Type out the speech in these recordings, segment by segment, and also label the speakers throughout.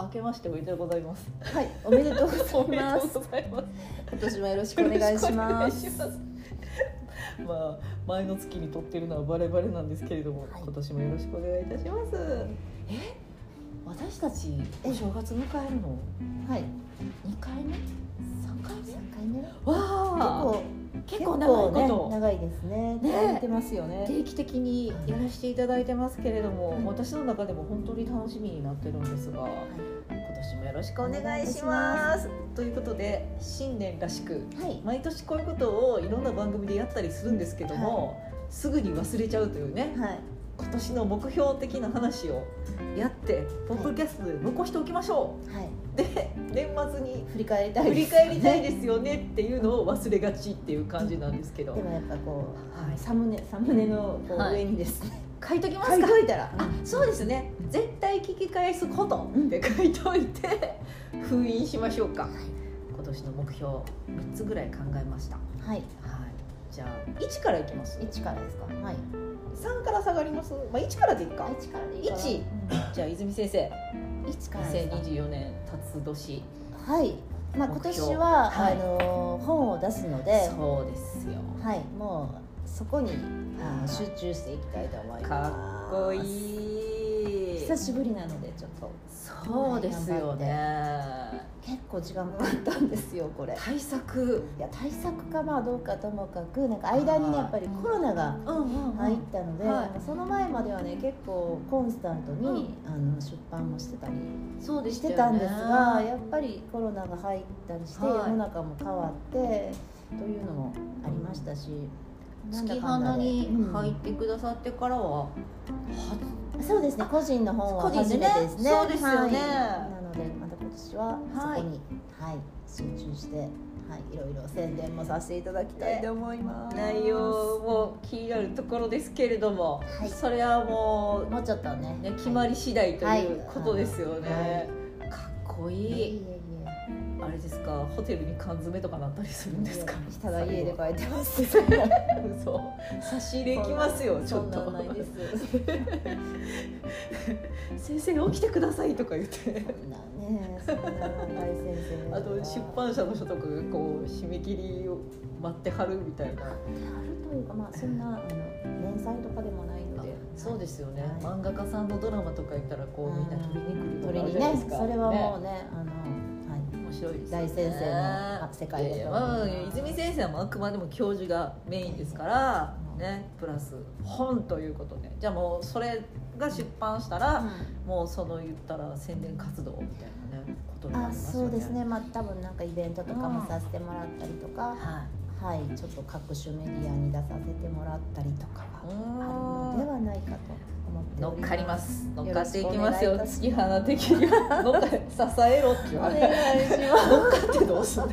Speaker 1: 明けましておめでとうございます。
Speaker 2: はい、おめでとうご
Speaker 1: お
Speaker 2: ざ
Speaker 1: め
Speaker 2: い
Speaker 1: で
Speaker 2: ま
Speaker 1: と
Speaker 2: す
Speaker 1: う。ございます。
Speaker 2: 今年もよろしくお願いします。
Speaker 1: よろしくお願いします。まあ前の月に撮ってるのはバレバレなんですけれども、
Speaker 2: はい
Speaker 1: 今年もよろしくお願いいたします。え、私たちお正月迎えるの
Speaker 2: はい、
Speaker 1: 二回目、三回目？
Speaker 2: 三回目。結
Speaker 1: わあ、
Speaker 2: 構
Speaker 1: 結構長い
Speaker 2: 結
Speaker 1: こ
Speaker 2: 構ね
Speaker 1: と。
Speaker 2: 長いですね。
Speaker 1: ね
Speaker 2: 続いてますよね。
Speaker 1: 定期的にやらせていただいてますけれども、
Speaker 2: うん
Speaker 1: 私の中でも本当に楽しみになってるんですが、今年もよろしくお願いします。ということで新年らしく
Speaker 2: はい、
Speaker 1: 毎年こういうことをいろんな番組でやったりするんですけども、すぐに忘れちゃうというね
Speaker 2: はい、
Speaker 1: 今年の目標的な話をやってポッドキャストで残しておきましょ
Speaker 2: はい、
Speaker 1: うで年末に
Speaker 2: 振り返りたい
Speaker 1: 振
Speaker 2: です。
Speaker 1: り返りたい
Speaker 2: ね。
Speaker 1: ですよねっていうのを忘れがちっていう感じなんですけど、
Speaker 2: でもやっぱこ
Speaker 1: は
Speaker 2: う、
Speaker 1: い、
Speaker 2: サムネ、サムネのこう
Speaker 1: はい
Speaker 2: 上にですね。
Speaker 1: 書いときま
Speaker 2: 書
Speaker 1: す
Speaker 2: い
Speaker 1: か
Speaker 2: といたら。
Speaker 1: あそうですね絶対聞き返すことって書いといて封印しましょうか今年の目標3つぐらい考えましたは
Speaker 2: はい、
Speaker 1: いじゃあ1からいきます
Speaker 2: 一からですか。はい。
Speaker 1: 3から下がります、まあ、1からでいいか
Speaker 2: あ一からでいいかな。
Speaker 1: 1じゃあ泉先生
Speaker 2: うん一からですか。
Speaker 1: 2024年辰年
Speaker 2: はい。まあ今
Speaker 1: 目
Speaker 2: 年
Speaker 1: 標
Speaker 2: は、
Speaker 1: はい
Speaker 2: あのー本を出すので、
Speaker 1: そうですよ
Speaker 2: はい、もうそこにあ
Speaker 1: はい
Speaker 2: の集中していきたいと思います。
Speaker 1: かっこいい
Speaker 2: 久しぶりなのでちょっと
Speaker 1: そうですよね
Speaker 2: 結構時間かかったんですよこれ
Speaker 1: 対策
Speaker 2: いや対策かまあどうかともかくなんか間にねやっぱりコロナが
Speaker 1: うんうん
Speaker 2: 入ったので、
Speaker 1: はい
Speaker 2: なんかその前まではね結構コンスタントに、あの出版もしてたり
Speaker 1: そうでし
Speaker 2: したて
Speaker 1: よね
Speaker 2: たんですが、やっぱりコロナが入ったりして、
Speaker 1: はい
Speaker 2: 世の中も変わってというのもありましたし、なんだ
Speaker 1: 月
Speaker 2: かんだ
Speaker 1: 花
Speaker 2: で
Speaker 1: に
Speaker 2: うん
Speaker 1: 入ってくださってからは、
Speaker 2: そうですね個人の本は
Speaker 1: 個人
Speaker 2: 初
Speaker 1: でね
Speaker 2: めてですね
Speaker 1: そうですよね
Speaker 2: はいなのでまた今年は
Speaker 1: はい
Speaker 2: そこに、はい集中して、はい、いろいろ宣伝もさせていただきたいと思います、
Speaker 1: 内容も気になるところですけれども、
Speaker 2: はい
Speaker 1: それはもう
Speaker 2: もうちょっとね
Speaker 1: ね、決まり次第と
Speaker 2: はいいう
Speaker 1: ことですよね、かっこ
Speaker 2: いえ
Speaker 1: い
Speaker 2: いえ
Speaker 1: い
Speaker 2: いえ
Speaker 1: あれですかホテルに缶詰とかなったりするんですか
Speaker 2: ただ家で書いてます
Speaker 1: そう差し入れ行きますよちょっ
Speaker 2: そ
Speaker 1: と
Speaker 2: んなんないです
Speaker 1: 先生起きてくださいとか言って
Speaker 2: そんなねそんな大先生
Speaker 1: あと出版社の人とかがこう締め切りを待ってはるみたいな
Speaker 2: あるというかまあそんなあの連載とかでもないので
Speaker 1: そうですよね、
Speaker 2: はい
Speaker 1: 漫画家さんのドラマとか行ったらこうみんな取りに
Speaker 2: 鳥
Speaker 1: 来るとかある
Speaker 2: に
Speaker 1: じゃない
Speaker 2: ね
Speaker 1: ですか
Speaker 2: それはもう
Speaker 1: ね
Speaker 2: ねあのはい
Speaker 1: 面白いです
Speaker 2: 大先生のあ世界だと
Speaker 1: いやいやまあ泉先生はもうあくまでも教授がメインですから
Speaker 2: いやいや
Speaker 1: ねプラス本ということでじゃあもうそれが出版したらもうその言ったら宣伝活動みたいなねことになり
Speaker 2: あ
Speaker 1: ます
Speaker 2: そ
Speaker 1: よ
Speaker 2: う
Speaker 1: ね
Speaker 2: ですねまあ多分なんかイベントとかもさせてもらったりとか、
Speaker 1: はい
Speaker 2: はいちょっと各種メディアに出させてもらったりとかがあ
Speaker 1: う
Speaker 2: るの
Speaker 1: ーん
Speaker 2: ではないかと思って
Speaker 1: 乗
Speaker 2: お
Speaker 1: っ
Speaker 2: り
Speaker 1: かります乗っかっていきます
Speaker 2: よ
Speaker 1: よ
Speaker 2: ろ
Speaker 1: 月花的には乗っかり 支えろって言
Speaker 2: お
Speaker 1: わ
Speaker 2: 願
Speaker 1: れ
Speaker 2: い
Speaker 1: て
Speaker 2: します
Speaker 1: 乗っかってどうすんの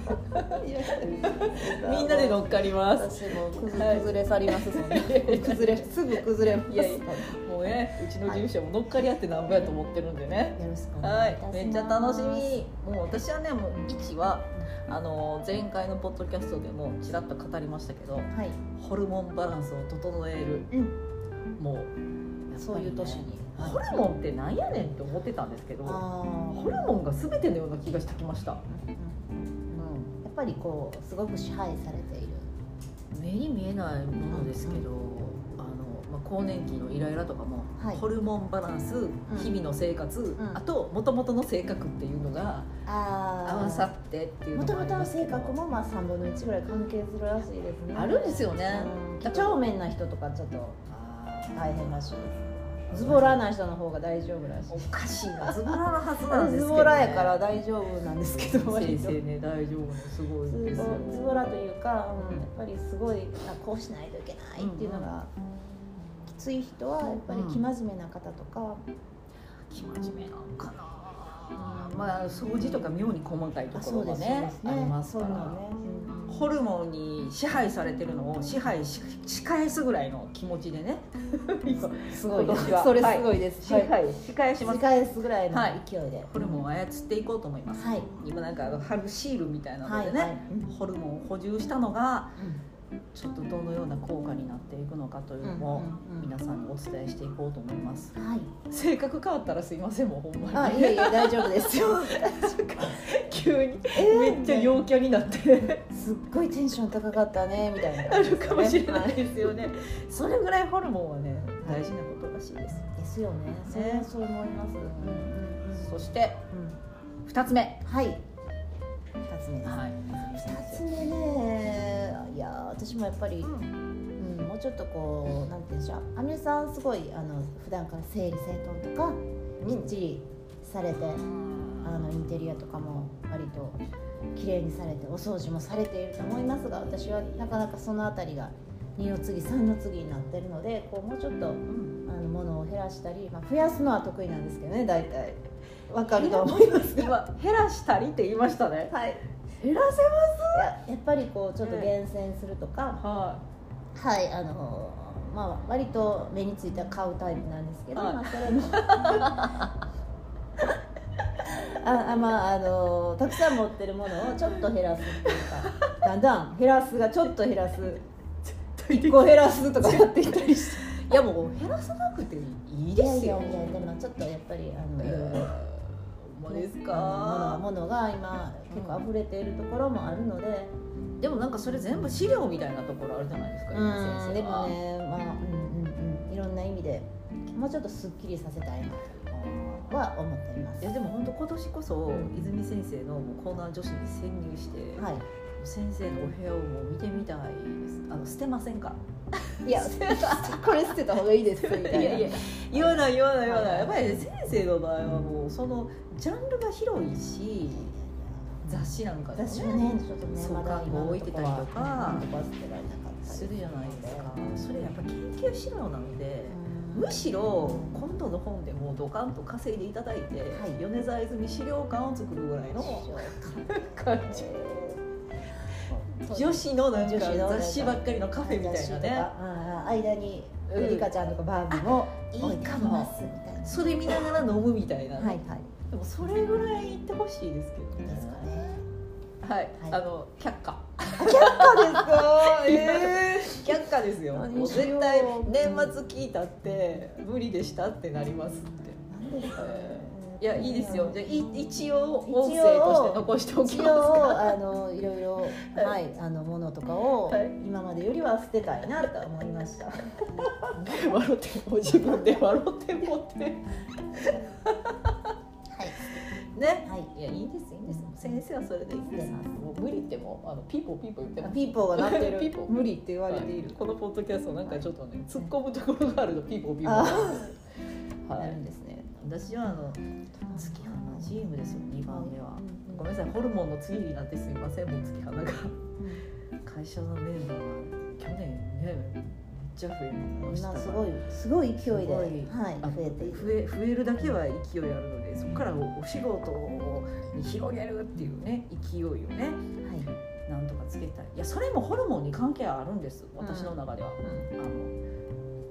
Speaker 1: みんなで乗っかります
Speaker 2: 私もくず崩れ去りますそんな崩れすぐ崩れます
Speaker 1: いやいやもうねうちの事務所も乗っかり合ってなんぼやと思ってるんでね
Speaker 2: よろしくお
Speaker 1: は
Speaker 2: 願いいたし
Speaker 1: い
Speaker 2: ます
Speaker 1: めっちゃ楽しみもう私はねもう1はあの前回のポッドキャストでもちらっと語りましたけど
Speaker 2: はい
Speaker 1: ホルモンバランスを整える
Speaker 2: うん
Speaker 1: もう
Speaker 2: そういう年に
Speaker 1: やっぱりねホルモンってなんやねんって思ってたんですけどホ
Speaker 2: あ
Speaker 1: ルモンが全てのような気がしてきました
Speaker 2: ーやっぱりこうすごく支配されている
Speaker 1: 目に見えないものですけど、あのまあ、更年期のイライラとかも、
Speaker 2: はい
Speaker 1: ホルモンバランス、日々の生活、
Speaker 2: ん
Speaker 1: あともともとの性格っていうのが
Speaker 2: あ
Speaker 1: 合わさってっていうの
Speaker 2: もともと
Speaker 1: あり
Speaker 2: の
Speaker 1: ますけ
Speaker 2: 性
Speaker 1: ど
Speaker 2: 格もまあ3分の1ぐらい関係するらしいですね
Speaker 1: あるんですよね
Speaker 2: うん
Speaker 1: だ
Speaker 2: 几
Speaker 1: から
Speaker 2: 帳面な人とかちょっと大変らしいですズボラな人の方が大丈夫らしい
Speaker 1: おかしいなズボラなはずなん
Speaker 2: 私
Speaker 1: ですけど、ね、
Speaker 2: ズボラやから大丈夫なんですけど割
Speaker 1: 先
Speaker 2: と
Speaker 1: 生ね大丈夫なのすごいですよ
Speaker 2: ズボラというか、う
Speaker 1: うん
Speaker 2: ん、やっぱりすごいあこうしないといけないっていうのが、きつい人はやっぱり生真面目な方とか、
Speaker 1: 生真面目なんかなまあ掃除とか妙に細かいと
Speaker 2: あ
Speaker 1: こ
Speaker 2: そ
Speaker 1: ろ
Speaker 2: うで
Speaker 1: が
Speaker 2: す
Speaker 1: ね
Speaker 2: そうです
Speaker 1: あります
Speaker 2: そう
Speaker 1: か
Speaker 2: いう
Speaker 1: ら
Speaker 2: のね、
Speaker 1: ホルモンに支配されてるのを支配しし返すぐらいの気持ちでね今
Speaker 2: すごいです
Speaker 1: 今年は
Speaker 2: それすごいです、
Speaker 1: 支
Speaker 2: はい
Speaker 1: 配し返しま
Speaker 2: 自
Speaker 1: す
Speaker 2: 返すぐらいの勢いで、
Speaker 1: ホルモンを操っていこうと思います
Speaker 2: はい
Speaker 1: 今なんかあの貼るシールみたいな
Speaker 2: は
Speaker 1: の
Speaker 2: い
Speaker 1: で
Speaker 2: はい
Speaker 1: ねホルモンを補充したのが
Speaker 2: うん
Speaker 1: ちょっとどのような効果になっていくのかというのも皆さんにお伝えしていこうと思います
Speaker 2: はい。
Speaker 1: 性格変わったらすいませんもうほんま
Speaker 2: あ、
Speaker 1: に
Speaker 2: いえ いえ、大丈夫ですよ。
Speaker 1: 急に
Speaker 2: えー
Speaker 1: めっちゃ陽キャになって
Speaker 2: すっごいテンション高かったねみたいな
Speaker 1: あ
Speaker 2: 感じ
Speaker 1: る
Speaker 2: ですね、
Speaker 1: かもしれな
Speaker 2: はい
Speaker 1: ですよねそれぐらいホルモンはね
Speaker 2: はい
Speaker 1: 大事なことらしいです
Speaker 2: ですよね。それはそう思います。
Speaker 1: そして
Speaker 2: うん
Speaker 1: 2つ目
Speaker 2: はい。二つ目です。
Speaker 1: い
Speaker 2: 二つ目ね。いやー、私もやっぱり、
Speaker 1: う
Speaker 2: うんん、もうちょっとこう、なんて言うんでしょう。アミさんすごい、あの、普段から整理整頓とか、
Speaker 1: うん
Speaker 2: みっちりされて。あのインテリアとかも割と綺麗にされてお掃除もされていると思いますが私はなかなかその辺りが2の次3の次になってるのでこうもうちょっと
Speaker 1: うん
Speaker 2: あの物を減らしたり、まあ、増やすのは得意なんですけどね大体わかると思い ますが。
Speaker 1: 今減らしたりって言いましたね
Speaker 2: はい、
Speaker 1: 減らせ
Speaker 2: いややっぱりこうちょっと厳選するとか、
Speaker 1: は
Speaker 2: はいあのまあ、割と目については買うタイプなんですけど、
Speaker 1: はい
Speaker 2: まあ、それも ああまああのたくさん持ってるものをちょっと減らすっていうかだんだん減らすがちょっと減らす
Speaker 1: い
Speaker 2: 1個減らすとかやっていったりして
Speaker 1: いやもう減らさなくて いいですよ
Speaker 2: いやいやいやでもちょっとやっぱりあのいろいろ
Speaker 1: えーほんまです
Speaker 2: あの
Speaker 1: か
Speaker 2: ものものが今結構溢れているところもあるので、
Speaker 1: でもなんかそれ全部資料みたいなところあるじゃないですか今
Speaker 2: うん
Speaker 1: 先
Speaker 2: で
Speaker 1: 生
Speaker 2: も
Speaker 1: は
Speaker 2: ねまあうんうんうんいろんな意味でもうちょっとすっきりさせたいなとは思っています
Speaker 1: いやでも本当今年こそ
Speaker 2: うん
Speaker 1: 泉先生のもうコーナー女子に潜入して、
Speaker 2: はい
Speaker 1: 先生のお部屋をもう見てみたいですあの捨てませんから
Speaker 2: いや これ捨てた方がいいですみたいない
Speaker 1: やいや言わない言わない言わない、
Speaker 2: はい
Speaker 1: やっぱりね先生の場合はもうそのジャンルが広いし雑誌なんかでも
Speaker 2: 私はねちょっとね
Speaker 1: 創
Speaker 2: まだ
Speaker 1: 刊
Speaker 2: 今
Speaker 1: 号
Speaker 2: の
Speaker 1: 置い
Speaker 2: と
Speaker 1: て
Speaker 2: こ
Speaker 1: たり
Speaker 2: は
Speaker 1: とか
Speaker 2: 今のとこは捨てられなかったり
Speaker 1: するじゃないですか
Speaker 2: うん
Speaker 1: それやっぱ研究資料なので、むしろ今度の本でもうドカンと稼いでいただいて、
Speaker 2: はい
Speaker 1: 米沢泉資料館を作るぐらいの感じ女子のなんか
Speaker 2: 女子のなんか
Speaker 1: 雑誌ばっかりのカフェみたいな
Speaker 2: 雑誌と
Speaker 1: ね
Speaker 2: かうん間にエリカちゃんとかバービーも
Speaker 1: うん
Speaker 2: 置いてきますみたいな
Speaker 1: それ見ながら飲むみたいな、
Speaker 2: はいはい
Speaker 1: でもそれぐらい行ってほしいですけどね
Speaker 2: ですかね。
Speaker 1: はい、
Speaker 2: はい
Speaker 1: あの却下
Speaker 2: そうですか。
Speaker 1: え却下ですよ
Speaker 2: 何
Speaker 1: もう
Speaker 2: しよう
Speaker 1: 絶対年末聞いたって無理でしたってなりますって
Speaker 2: 何ですかね。
Speaker 1: いやいいですよじゃあい一応
Speaker 2: 一応
Speaker 1: 音声として残しておき
Speaker 2: 一
Speaker 1: ます
Speaker 2: 応
Speaker 1: か
Speaker 2: あのいろいろ
Speaker 1: はい
Speaker 2: はいあのものとかを
Speaker 1: はい
Speaker 2: 今までよりは捨てたいなと思いました。
Speaker 1: 笑っても自分で笑ってもって
Speaker 2: は
Speaker 1: ね
Speaker 2: はい
Speaker 1: いやいいですいいです先生はそれでいいで
Speaker 2: う
Speaker 1: す
Speaker 2: ん
Speaker 1: もう無理ってもうあのピーポーピーポー言ってま
Speaker 2: い。
Speaker 1: す
Speaker 2: ピーポーが鳴って
Speaker 1: ピ
Speaker 2: る
Speaker 1: ーポ。ー
Speaker 2: 無理って言われ
Speaker 1: はい
Speaker 2: ている。
Speaker 1: このポッドキャストなんかちょっとね突っ込むところがあるのピーポーピーポ
Speaker 2: あ
Speaker 1: ー
Speaker 2: あ、
Speaker 1: は
Speaker 2: ないるんですね。
Speaker 1: 私はあの月花チームですよ2番目はごめんなさいホルモンの次になってすみませんもう月花が会社のメンバーが去年ねめっちゃ増え ました
Speaker 2: 今
Speaker 1: から
Speaker 2: すごいすごい勢い
Speaker 1: す
Speaker 2: で
Speaker 1: ご
Speaker 2: はい
Speaker 1: あ
Speaker 2: い増えている。
Speaker 1: 増え増えるだけは勢いあるのでそこからおお仕事を広げるっていうね勢いをね
Speaker 2: はい。
Speaker 1: なんとかつけたいいやそれもホルモンに関係あるんです私の中では、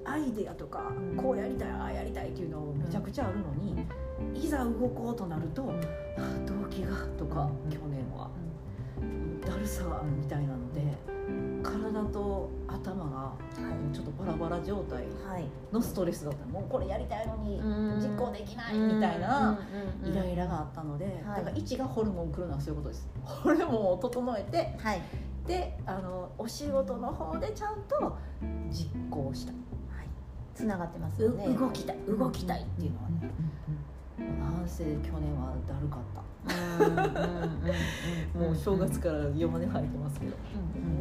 Speaker 1: あのアイデアとか
Speaker 2: うん
Speaker 1: こうやりたいああやりたいっていうのをめちゃくちゃあるのに、いざ動こうとなると、はあ動機がとか、
Speaker 2: うん
Speaker 1: 去年はだるさみたいなので体と頭がちょっとバラバラ状態
Speaker 2: はい。はい。
Speaker 1: のストレスだったもうこれやりたいのに実
Speaker 2: 実
Speaker 1: 行できないみたいなイライラがあったので、
Speaker 2: はい
Speaker 1: だから1がホルモン来るのはそういうことですホルモンを整えて
Speaker 2: はい。
Speaker 1: であのお仕事の方でちゃんと実行したい、
Speaker 2: つながってますよね。
Speaker 1: う動きたい動きたいっていうのはね、
Speaker 2: うん
Speaker 1: なんせ去年はだるかったも
Speaker 2: も
Speaker 1: う正月から弱音吐いてますけど、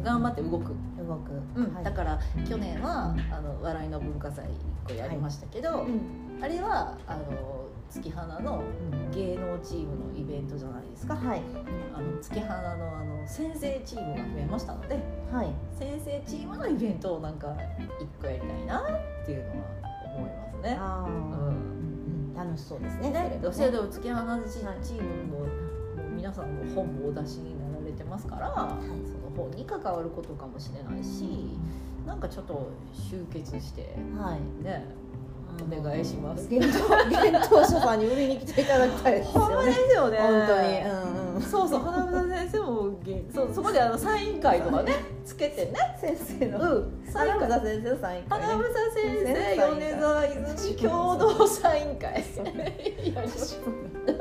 Speaker 1: 頑張って動く、
Speaker 2: 動く、
Speaker 1: だから去年はあの笑いの文化祭1個やりましたけど、
Speaker 2: らうん
Speaker 1: あれはあの月花の
Speaker 2: うん
Speaker 1: 芸能チームのイベントじゃないですか、
Speaker 2: はい
Speaker 1: あの月花のあの先生チームが増えましたので
Speaker 2: はい
Speaker 1: 先生チームのイベントをなんか1個やりたいなっていうのは思いますね。
Speaker 2: あ
Speaker 1: う
Speaker 2: ー、
Speaker 1: ん
Speaker 2: うん、楽しそうですね
Speaker 1: ね、ロシア
Speaker 2: ね
Speaker 1: でも月花チチームのもう皆さんも本もお出しになられてますから、
Speaker 2: い
Speaker 1: その本に関わることかもしれないしなんかちょっと集結して
Speaker 2: はい
Speaker 1: ねお願いします
Speaker 2: 厳冬厳冬書さんに売りに来ていただきたいです
Speaker 1: ほん
Speaker 2: よ
Speaker 1: まで
Speaker 2: ね
Speaker 1: すよね
Speaker 2: 本当にうんうん
Speaker 1: そうそう花村先生も
Speaker 2: 芸
Speaker 1: そうそこであのサイン会とかねつけてね
Speaker 2: 先生
Speaker 1: う
Speaker 2: の
Speaker 1: んサイ
Speaker 2: 花
Speaker 1: ン会
Speaker 2: 村先生のサイン会ね
Speaker 1: 花房先生
Speaker 2: 先生
Speaker 1: 米沢泉共同サイン会やりましょ
Speaker 2: 多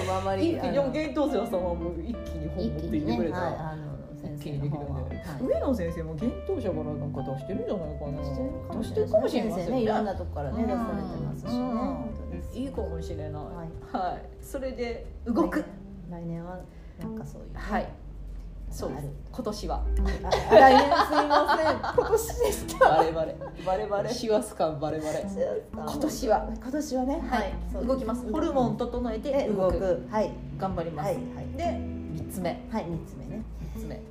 Speaker 2: 分あま
Speaker 1: う
Speaker 2: り
Speaker 1: 一気
Speaker 2: あ
Speaker 1: に四
Speaker 2: の
Speaker 1: 元東さんはもう一気に本持
Speaker 2: 一
Speaker 1: っ
Speaker 2: 気
Speaker 1: てき
Speaker 2: に
Speaker 1: てくれ
Speaker 2: ね
Speaker 1: た
Speaker 2: はい
Speaker 1: ら
Speaker 2: あの
Speaker 1: 一
Speaker 2: 先
Speaker 1: 気
Speaker 2: 生
Speaker 1: にで
Speaker 2: の
Speaker 1: きる
Speaker 2: 方
Speaker 1: ん
Speaker 2: は
Speaker 1: で、ね
Speaker 2: はい
Speaker 1: 上野先生も厳冬者からなんか出してるんじゃないかな出して
Speaker 2: 出
Speaker 1: るかもしれません
Speaker 2: ねい
Speaker 1: ね
Speaker 2: ろんなとこからね
Speaker 1: うん
Speaker 2: 出されてますしね
Speaker 1: うん
Speaker 2: 本当です
Speaker 1: いいかもしれないは、
Speaker 2: はい
Speaker 1: それで動く
Speaker 2: 来年はなんかそういう
Speaker 1: はいそうです
Speaker 2: ある
Speaker 1: 今年は
Speaker 2: あ来年すいません今年でした
Speaker 1: バレバレバレバレ師走感バレバレ
Speaker 2: 今
Speaker 1: 今年は
Speaker 2: 今年はね
Speaker 1: はい
Speaker 2: そう
Speaker 1: 動きますホルモン整えて
Speaker 2: で
Speaker 1: 動
Speaker 2: 動
Speaker 1: く
Speaker 2: くはい
Speaker 1: 頑張ります、
Speaker 2: はいはい
Speaker 1: で三つ目
Speaker 2: はい三つ目ね
Speaker 1: 三つ目
Speaker 2: はい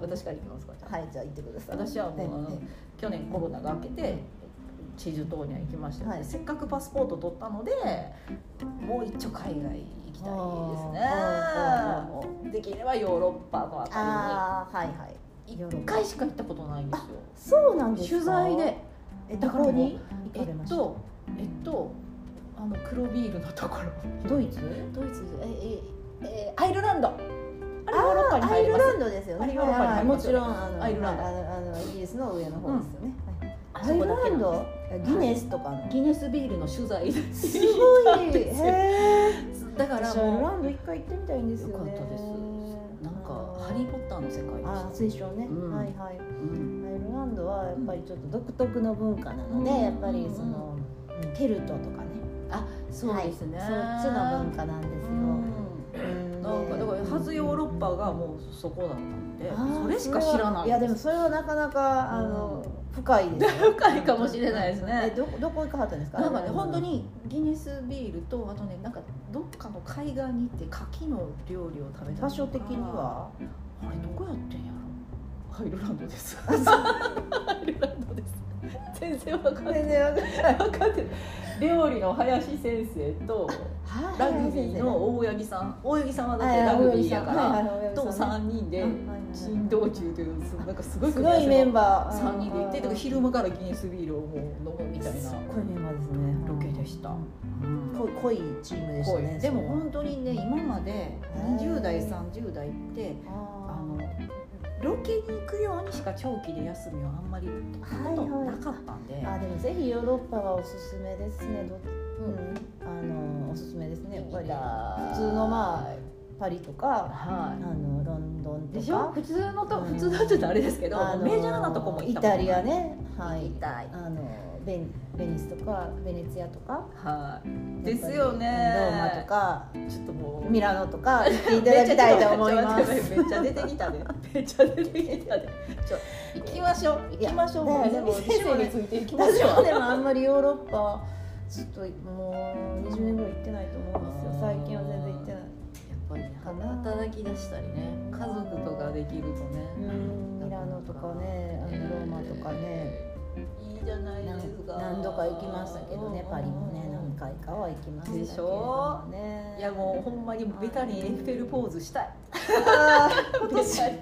Speaker 1: 私からいきますかじゃあ
Speaker 2: はいじゃあ行ってください
Speaker 1: 私はもうあの
Speaker 2: ねね
Speaker 1: 去年コロナが明けてチェジュ島には行きましたので、
Speaker 2: はい
Speaker 1: せっかくパスポート取ったのでもう一丁海外行きた
Speaker 2: あー
Speaker 1: いですねできればヨーロッパのあた
Speaker 2: ああはいはい
Speaker 1: り
Speaker 2: ヨ
Speaker 1: に
Speaker 2: ーロ
Speaker 1: 1
Speaker 2: ッパ
Speaker 1: 回しか行ったことないんですよ
Speaker 2: そうなんですか
Speaker 1: 取材で
Speaker 2: え
Speaker 1: だ
Speaker 2: ど
Speaker 1: から
Speaker 2: こに
Speaker 1: え
Speaker 2: 行かれ
Speaker 1: っ
Speaker 2: ました
Speaker 1: とえっとあの黒ビールのところ
Speaker 2: ドイツ
Speaker 1: ドイツえええアイルランドあ
Speaker 2: あ
Speaker 1: れヨーロッパに入ります
Speaker 2: アイルランドですよね
Speaker 1: あれヨーロッパに入り
Speaker 2: も
Speaker 1: ます
Speaker 2: ち
Speaker 1: よ
Speaker 2: ろ
Speaker 1: ね
Speaker 2: んあの
Speaker 1: アイルランド
Speaker 2: はいあのあのイギリスの上の方ですよねはい
Speaker 1: あ
Speaker 2: ア
Speaker 1: そ
Speaker 2: イ
Speaker 1: こ
Speaker 2: ル
Speaker 1: だ
Speaker 2: ラ
Speaker 1: けな
Speaker 2: ン
Speaker 1: んです
Speaker 2: ドえギネスとかの
Speaker 1: ギネスビールの取材
Speaker 2: すごい
Speaker 1: で
Speaker 2: へ
Speaker 1: すよ
Speaker 2: え
Speaker 1: だから
Speaker 2: 私アイル
Speaker 1: もう
Speaker 2: ランド一回行ってみたいんですよね
Speaker 1: よかったですなんか「ハリー・ポッター」の世界で
Speaker 2: あ
Speaker 1: し
Speaker 2: ー
Speaker 1: た、
Speaker 2: 水晶ね、
Speaker 1: うん
Speaker 2: はいはい
Speaker 1: うん
Speaker 2: アイルランドはやっぱりちょっと独特の文化なので、
Speaker 1: うん
Speaker 2: やっぱりその、ケルトとかね
Speaker 1: あそうですね、
Speaker 2: はいそっちの文化なんですよ、
Speaker 1: うんなんかだから初ヨーロッパがもうそこだったんでそれしか知らない
Speaker 2: いやでもそれはなかなかあの、深いですよ
Speaker 1: 深いかもしれないです
Speaker 2: え
Speaker 1: ね
Speaker 2: どどこ行かはったんですか
Speaker 1: なんかね本当にギネスビールとあとねなんかどっかの海岸に行って牡蠣の料理を食べた
Speaker 2: 場所的には
Speaker 1: あれどこやってんやろアイルランドです アイルランドです全然わかんない
Speaker 2: 全然わかんない
Speaker 1: 分かってる料理の林先生とラグビーの大八木さん大八木さんはだってラグビーやからと3人で珍道中というなんかすごい
Speaker 2: すごいメン
Speaker 1: バ
Speaker 2: バー
Speaker 1: 3人で行ってだから昼間からギネスビールをもう飲むみたいな
Speaker 2: すっごいメンバーですね
Speaker 1: ロケでした、
Speaker 2: 濃い濃いチームでしたね
Speaker 1: でも本当にね今まで20代30代ってあ
Speaker 2: あ
Speaker 1: のロケに行くようにしか長期で休みはあんまりこと
Speaker 2: はいは
Speaker 1: ないかったんで、
Speaker 2: あでもぜひヨーロッパはおすすめですねど、うん、あのおすすめですねやっぱり普通のまあパリと
Speaker 1: あ
Speaker 2: かあ
Speaker 1: は
Speaker 2: のロンドン
Speaker 1: いで
Speaker 2: と
Speaker 1: しょ
Speaker 2: か
Speaker 1: 普通のと
Speaker 2: うん
Speaker 1: 普通だって言うとあれですけど、
Speaker 2: あの
Speaker 1: メジャーなとこも行
Speaker 2: イ
Speaker 1: ったことな
Speaker 2: タ
Speaker 1: い
Speaker 2: リアねはい
Speaker 1: 行きたい
Speaker 2: あのベニベニスとかベネツィアとか
Speaker 1: はいですよね
Speaker 2: ドーマとか
Speaker 1: ちょっともう
Speaker 2: ミラノとか行っていただきたいと思います
Speaker 1: めっちゃ出てきたねめっちゃ出てきたねちょ行きましょう行きましょう
Speaker 2: いやね
Speaker 1: でも
Speaker 2: 先生につ
Speaker 1: いて行き
Speaker 2: 私もでもあんまりヨーロッパはちょっともう20年ぐらい行ってないと思うんですよ最近は全然行ってない
Speaker 1: やっぱり働き出したりね家族とかできるとね
Speaker 2: うんミラノとかねあのローマとかね
Speaker 1: いいじゃないで
Speaker 2: 何
Speaker 1: すか
Speaker 2: 何度か行きましたけどねパリもね何回かは行きましたけれどもね
Speaker 1: いやもうほんまにベタにエッフェルポーズしたい
Speaker 2: あー
Speaker 1: ベタに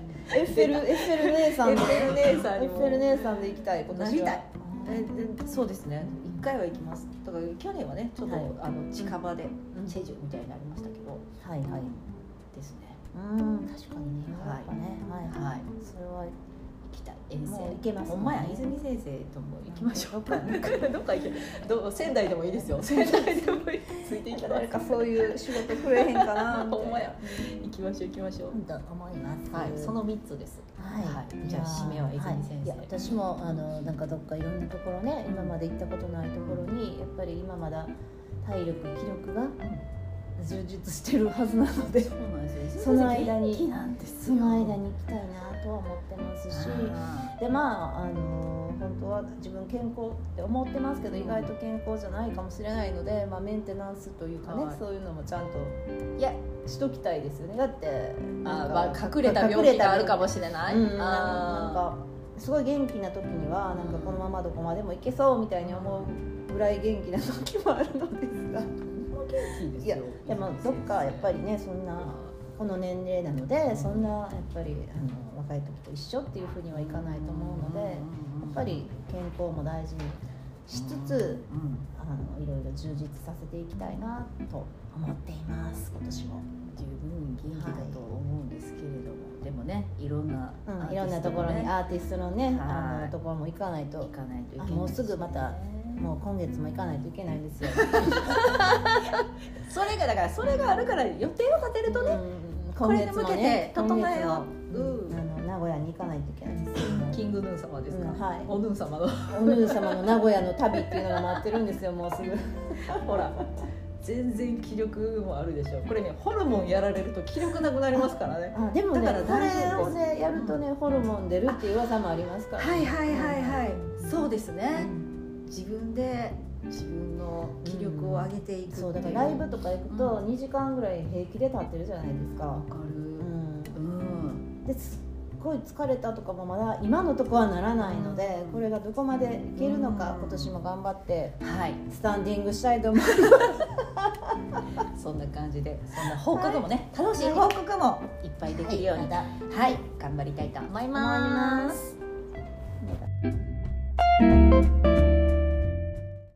Speaker 2: エッフェルエッフェル姉さん
Speaker 1: エッフェル姉さんに
Speaker 2: エッフェル姉さんで行きたい今年は
Speaker 1: なりたいえでそうですね一回は行きますだから去年はねちょっと、
Speaker 2: はい
Speaker 1: あの近場で
Speaker 2: うん
Speaker 1: チェジュみたいになりましたけど、
Speaker 2: はいはい
Speaker 1: ですね
Speaker 2: うん確かにねヨーロッパねはいはい
Speaker 1: はい
Speaker 2: それは
Speaker 1: 行きたい遠
Speaker 2: もう
Speaker 1: 征
Speaker 2: 行けますね
Speaker 1: ほんまや泉先生とも行きましょう
Speaker 2: どっか
Speaker 1: どっか行けどう仙台でもいいですよ仙台でもいいついていきま
Speaker 2: 誰
Speaker 1: す
Speaker 2: かそういう仕事くれへんかなみたいな
Speaker 1: ほんまや行きましょう行きましょう
Speaker 2: うんと思います
Speaker 1: はいその三つです
Speaker 2: はい、
Speaker 1: はいじゃあ締めは泉先生
Speaker 2: いや私もあのなんかどっかいろんなところね今まで行ったことないところにやっぱり今まだ体力気力が充実してるはずなので
Speaker 1: そうなんですよ
Speaker 2: その間に
Speaker 1: 泉先生元気なんです
Speaker 2: そ
Speaker 1: よ
Speaker 2: の間に行きたいなとは思ってますし
Speaker 1: あ
Speaker 2: でまああの本当は自分健康って思ってますけど意外と健康じゃないかもしれないので、まあ、メンテナンスというかね、
Speaker 1: はい
Speaker 2: そういうのもちゃんと
Speaker 1: いや
Speaker 2: しときたいですよねだって
Speaker 1: ー
Speaker 2: なん
Speaker 1: ま
Speaker 2: か
Speaker 1: あ隠れた病気があるかも
Speaker 2: し
Speaker 1: しれない
Speaker 2: うん、なん
Speaker 1: あ
Speaker 2: かすごい元気な時にはなんかこのままどこまでも行けそうみたいに思うぐらい元気な時もあるのですが
Speaker 1: ー
Speaker 2: いやでもどっかやっぱりねそんなこの年齢なのでそんなやっぱりあの若い時と一緒っていうふうにはいかないと思うのでやっぱり健康も大事にしつつあのいろいろ充実させていきたいなと思っています今年も
Speaker 1: 十分元気だと思うんですけれども、でもねいろんなア
Speaker 2: うん
Speaker 1: ー
Speaker 2: い
Speaker 1: テ
Speaker 2: ろんな
Speaker 1: ィスト
Speaker 2: とこ
Speaker 1: の
Speaker 2: ろに
Speaker 1: ね
Speaker 2: アーティストのね、あ
Speaker 1: は
Speaker 2: の
Speaker 1: い
Speaker 2: ところも行かない
Speaker 1: 行
Speaker 2: と、
Speaker 1: かないといけない
Speaker 2: あもうすぐまたもう今月も行かないといけないんですよ。
Speaker 1: それがだからそれがあるから予定を立てるとね、
Speaker 2: うん
Speaker 1: これに向けて整えよう
Speaker 2: 今月もうんあの名古屋に行かないといけないんですよ。
Speaker 1: キングヌー様ですか、
Speaker 2: うんはい
Speaker 1: おヌー様の
Speaker 2: おぬ様の名古屋の旅っていうのが待ってるんですよ。もうすぐ。
Speaker 1: ほら全然気力もあるでしょこれねホルモンやられると気力なくなりますからね
Speaker 2: あでもね
Speaker 1: だから
Speaker 2: こ
Speaker 1: 大丈
Speaker 2: れを
Speaker 1: 夫です
Speaker 2: ねやるとねホルモン出るっていう噂もありますから。
Speaker 1: はいはいはいはいそうです
Speaker 2: う
Speaker 1: ね
Speaker 2: ん
Speaker 1: 自分で自分の気力を上げていくってい
Speaker 2: そうだからライブ
Speaker 1: わ
Speaker 2: とか行くと2時間ぐらい平気で立ってるじゃないですか。
Speaker 1: か
Speaker 2: う
Speaker 1: る
Speaker 2: ん。
Speaker 1: うん
Speaker 2: ですっごい疲れたとかもまだ今のとこはならないので、
Speaker 1: うん
Speaker 2: これがどこまでいけるのか、
Speaker 1: うん
Speaker 2: 今年も頑張って
Speaker 1: はい
Speaker 2: スタンディングしたいと思い
Speaker 1: そんな感じでそんな報告もね、楽しい報告もいっぱいできるように
Speaker 2: また
Speaker 1: はい、頑張りたいと思います。